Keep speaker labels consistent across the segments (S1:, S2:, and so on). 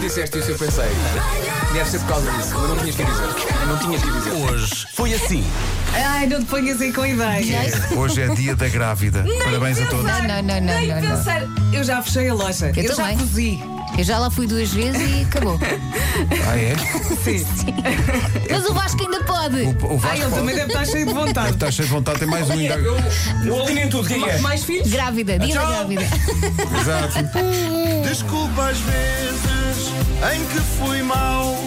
S1: disseste isso, eu pensei. Deve ser por causa disso, mas não tinhas que dizer. Não tinhas que dizer.
S2: Hoje foi assim.
S3: Ai, não te ponhas aí com ideias.
S2: Hoje é dia da grávida. Parabéns a todos.
S4: Não, não, não, não,
S3: Nem
S4: não, não.
S3: pensar. Eu já fechei a loja. Eu, já
S4: também.
S3: cozi.
S4: Eu já lá fui duas vezes e acabou.
S2: Ah, é?
S4: Mas o Vasco ainda pode.
S2: O, o
S3: Ai,
S2: Vasco
S3: ele também
S2: pode-
S3: deve estar cheio de vontade.
S2: está cheio de vontade, tem mais um ainda.
S1: Não alinhem tudo, quem é?
S3: Mais filhos?
S4: Grávida, dia da
S2: Tchau.
S4: grávida.
S2: Exato.
S5: Desculpa as vezes em que fui mau,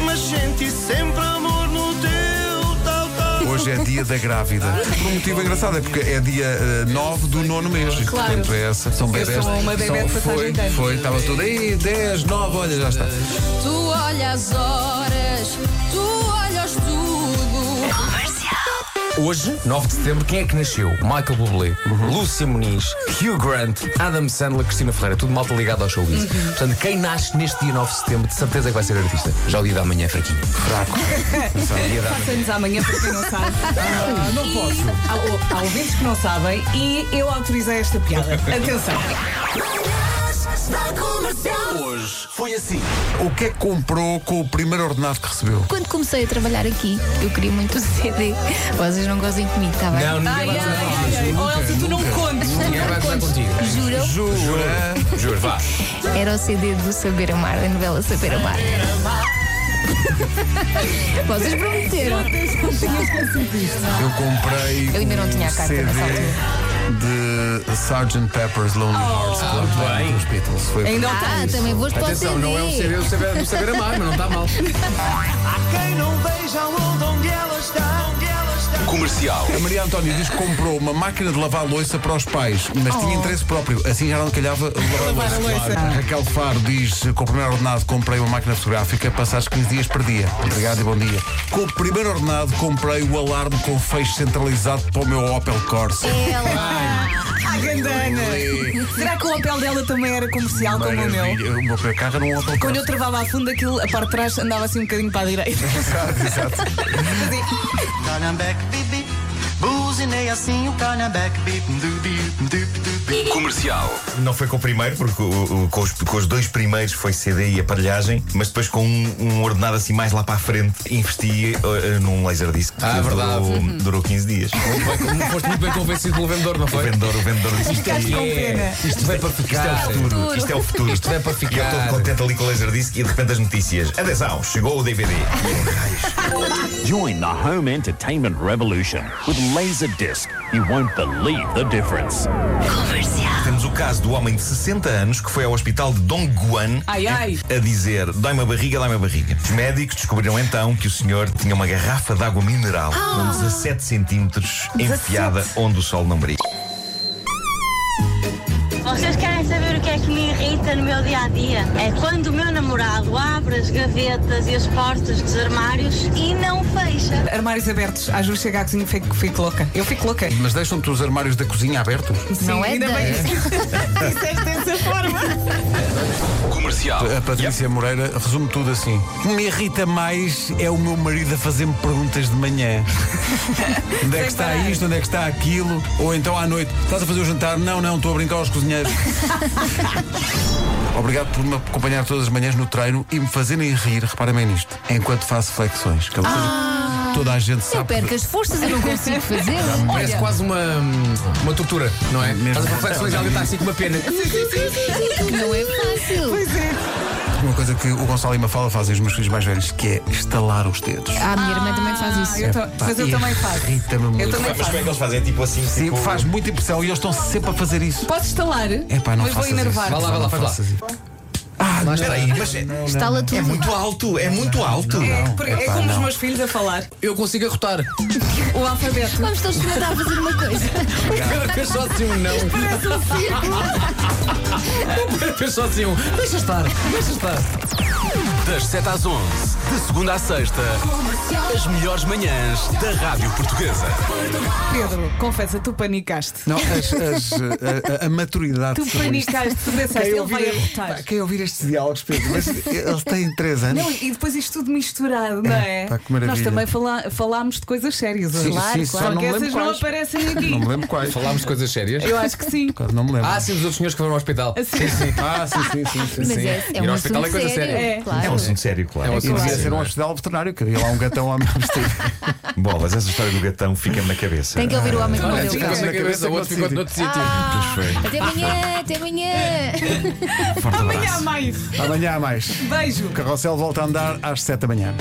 S5: mas senti sempre amor no teu tal tal.
S2: Hoje é dia da grávida. Por um motivo engraçado, é porque é dia eh, 9 do nono mês. E,
S3: Claro.
S2: Portanto, é essa. São
S3: bebés. sou uma bebé de passagem
S2: foi,
S3: de ano.
S2: foi, estava tudo aí, 10, 9, olha, já está.
S6: Tu olhas horas, tu olhas tudo.
S1: Hoje, 9 de setembro, quem é que nasceu? Michael Bublé,
S2: Uhum.
S1: Lúcia Muniz, Hugh Grant, Adam Sandler, Cristina Ferreira, tudo malta ligado ao showbiz.
S2: Uhum.
S1: Portanto, quem nasce neste dia 9 de setembro, de certeza que vai ser artista. Já o dia da manhã é fraquinho. Fraco. dia da
S3: Passamos amanhã para quem não sabe. Ah, não posso. Há, há ouvintes que não sabem e eu autorizei esta piada. Atenção.
S6: Manhãs da comercial.
S2: Hoje foi assim. O que é que comprou com o primeiro ordenado que recebeu?
S4: Quando comecei a trabalhar aqui, eu queria muito o CD. Vocês não gozem comigo, está tá bem?
S1: Não, ninguém vai gozar contigo.
S3: Ou Oh, Elsa, tu não contes.
S1: Ninguém vai gozar contigo.
S4: Juram?
S2: Jura?
S1: Juro, vá.
S4: Era o CD do Saber Amar, da novela Saber Amar. Vocês prometeram.
S2: Eu comprei.
S4: Eu ainda não
S2: um
S4: tinha a carta
S2: CD
S4: nessa
S2: de Sgt. Pepper's Lonely Hearts Club Band dos Beatles. Foi
S3: Ainda não
S4: Ah, também vou para o
S1: Atenção,
S4: CD.
S1: não é um saber, um saber, um saber amar, mas não está mal.
S5: Há quem não veja a onda onde ela está, onde ela está.
S7: Comercial.
S2: A Maria Antónia diz que comprou uma máquina de lavar louça para os pais, mas tinha interesse próprio. Assim já não calhava lavar, a louça. Claro. Raquel Faro diz: com o primeiro ordenado comprei uma máquina fotográfica, passados 15 dias perdia. Obrigado e bom dia. Com o primeiro ordenado comprei o alarme com fecho centralizado para o meu Opel Corsa.
S4: Ela.
S3: Ah, gandana. Será que o papel dela também era comercial como o meu?
S2: Maravilha. O meu primeiro carro era um Opel
S3: Quando
S2: Corsa.
S3: eu travava a fundo, aquilo, a parte de trás andava assim um bocadinho para a direita. Assim,
S2: Exato, exato.
S5: Carnabec, bip, bip. Buzinei assim o Carnabec, bip, dup, dup, dup, dup.
S7: Comercial.
S8: Não foi com o primeiro, porque o- o- com, os, com os dois primeiros foi CD e aparelhagem, mas depois com um, um ordenado assim mais lá para a frente, investi eh, num laser disc que
S1: Ah,
S8: durou, hum, durou 15 dias.
S1: Foste muito bem convencido pelo vendedor, não
S8: O
S1: foi?
S8: vendedor, o vendedor disse isto é,
S3: Com pena.
S1: Isto vai para ficar.
S8: o futuro, isto é o futuro.
S1: Isto é para
S8: E eu
S1: ficar.
S8: todo contente ali com o laser disc e de repente as notícias. Atenção, chegou o DVD.
S9: Join the home entertainment revolution with Laserdisc. You won't believe the difference.
S8: Temos o caso do homem de 60 anos que foi ao hospital de Dongguan
S3: Ai, ai.
S8: a dizer: dói-me a barriga, dói-me a barriga. Os médicos descobriram então que o senhor tinha uma garrafa de água mineral com 17 centímetros enfiada onde o sol não brilha.
S10: Vocês querem saber o que é que me irrita no meu dia a dia? É quando o meu namorado abre as gavetas e as portas dos armários e não fecha.
S3: Armários abertos. Às vezes chega à cozinha e fico, fico louca. Eu fico louca.
S2: Mas deixam-te os armários da cozinha abertos?
S3: Sim,
S4: Não é
S3: ainda bem
S4: da-
S3: que disseste dessa forma.
S7: Comercial.
S2: A Patrícia Moreira resume tudo assim. O que me irrita mais é o meu marido a fazer-me perguntas de manhã. onde é que está
S3: parar.
S2: isto, onde é que está aquilo? Ou então à noite, estás a fazer o jantar? Não, não, estou a brincar aos cozinheiros. Obrigado por me acompanhar todas as manhãs no treino e me fazerem rir, reparem bem nisto, enquanto faço flexões. Que é uma coisa
S3: Ah.
S2: que toda a gente
S4: Eu
S2: sabe. que-
S4: perco as forças, eu não consigo fazer.
S1: Parece
S4: Olha,
S1: É quase uma, uma tortura, não é?
S2: Mesmo.
S1: Estás a reflexões e alguém está assim com uma pena.
S4: não é fácil.
S2: Uma coisa que o Gonçalo e Mafala fazem os meus filhos mais velhos, que é estalar os dedos.
S4: Ah, A minha
S1: é.
S4: irmã também faz
S3: Ah,
S4: isso.
S3: eu ta- mas
S2: é
S3: eu também faço.
S2: Irrita-me
S3: Eu
S2: muito.
S3: também
S8: Mas como é
S3: faço.
S8: que eles fazem? É tipo assim,
S2: Sim,
S8: tipo...
S2: faz muita impressão e eles estão sempre a fazer isso.
S3: Posso estalar?
S2: Epá, não
S3: mas vou
S2: faças isso.
S3: enervar.
S1: Vá lá, vá lá, faz lá.
S8: Espera aí, mas é,
S4: Estala
S8: é
S4: tudo.
S8: muito alto, é muito alto.
S3: É, porque é
S2: epá,
S3: como os
S2: não.
S3: meus filhos a falar.
S1: Eu consigo arrotar.
S3: O alfabeto.
S4: Vamos todos experimentar fazer uma coisa.
S1: Fez só assim um não. Fez só assim um. Deixa estar, deixa estar.
S7: Das 7 às 11, de segunda à sexta, as melhores manhãs da Rádio Portuguesa.
S3: Pedro, confessa, tu panicaste.
S2: Não, as- as, eh, a, a- a maturidade.
S3: Tu
S2: sobre isto.
S3: panicaste, tu pensaste, ele vai
S2: Pá,
S3: arrotar.
S2: Quem ouvir estes diálogos, Pedro, mas eles têm 3 anos.
S3: Não, e depois isto tudo misturado, não é?
S2: pá, que
S3: Nós
S2: maravilha.
S3: também fala- falámos de coisas sérias hoje.
S2: Sim, sim, só
S3: Só
S2: não
S3: que
S2: me lembro
S3: essas não
S2: quais.
S3: aparecem aqui.
S2: Não me lembro quais.
S1: Falámos de coisas sérias.
S3: Eu acho que sim.
S2: Claro, Não me lembro.
S1: Ah, sim, dos outros senhores que foram ao hospital. hospital. Sim,
S4: Assim.
S1: sim.
S2: Ah, sim, sim, sim. sim,
S4: Mas
S2: sim.
S4: é, é
S1: Ir
S4: um
S1: ao hospital
S4: assunto
S1: é coisa
S4: sério.
S1: séria.
S4: É, claro.
S8: É um assunto sério, claro.
S1: É um
S2: E devia
S1: Sim,
S2: ser um
S1: não é?
S2: hospital veterinário, que havia lá um gatão ao mesmo tempo.
S8: um- Bolas, essa história do gatão fica-me na cabeça.
S4: Tem que ouvir o homem que mordeu o
S2: fica-
S4: cão.
S1: Ficou na cabeça, o outro ficou noutro sítio.
S4: Ah,
S8: Pois
S4: até amanhã, até amanhã.
S8: Forte
S3: Amanhã há
S8: abraço.
S3: mais.
S2: Amanhã há mais.
S3: Beijo.
S2: O carrossel volta a andar às 7 da manhã.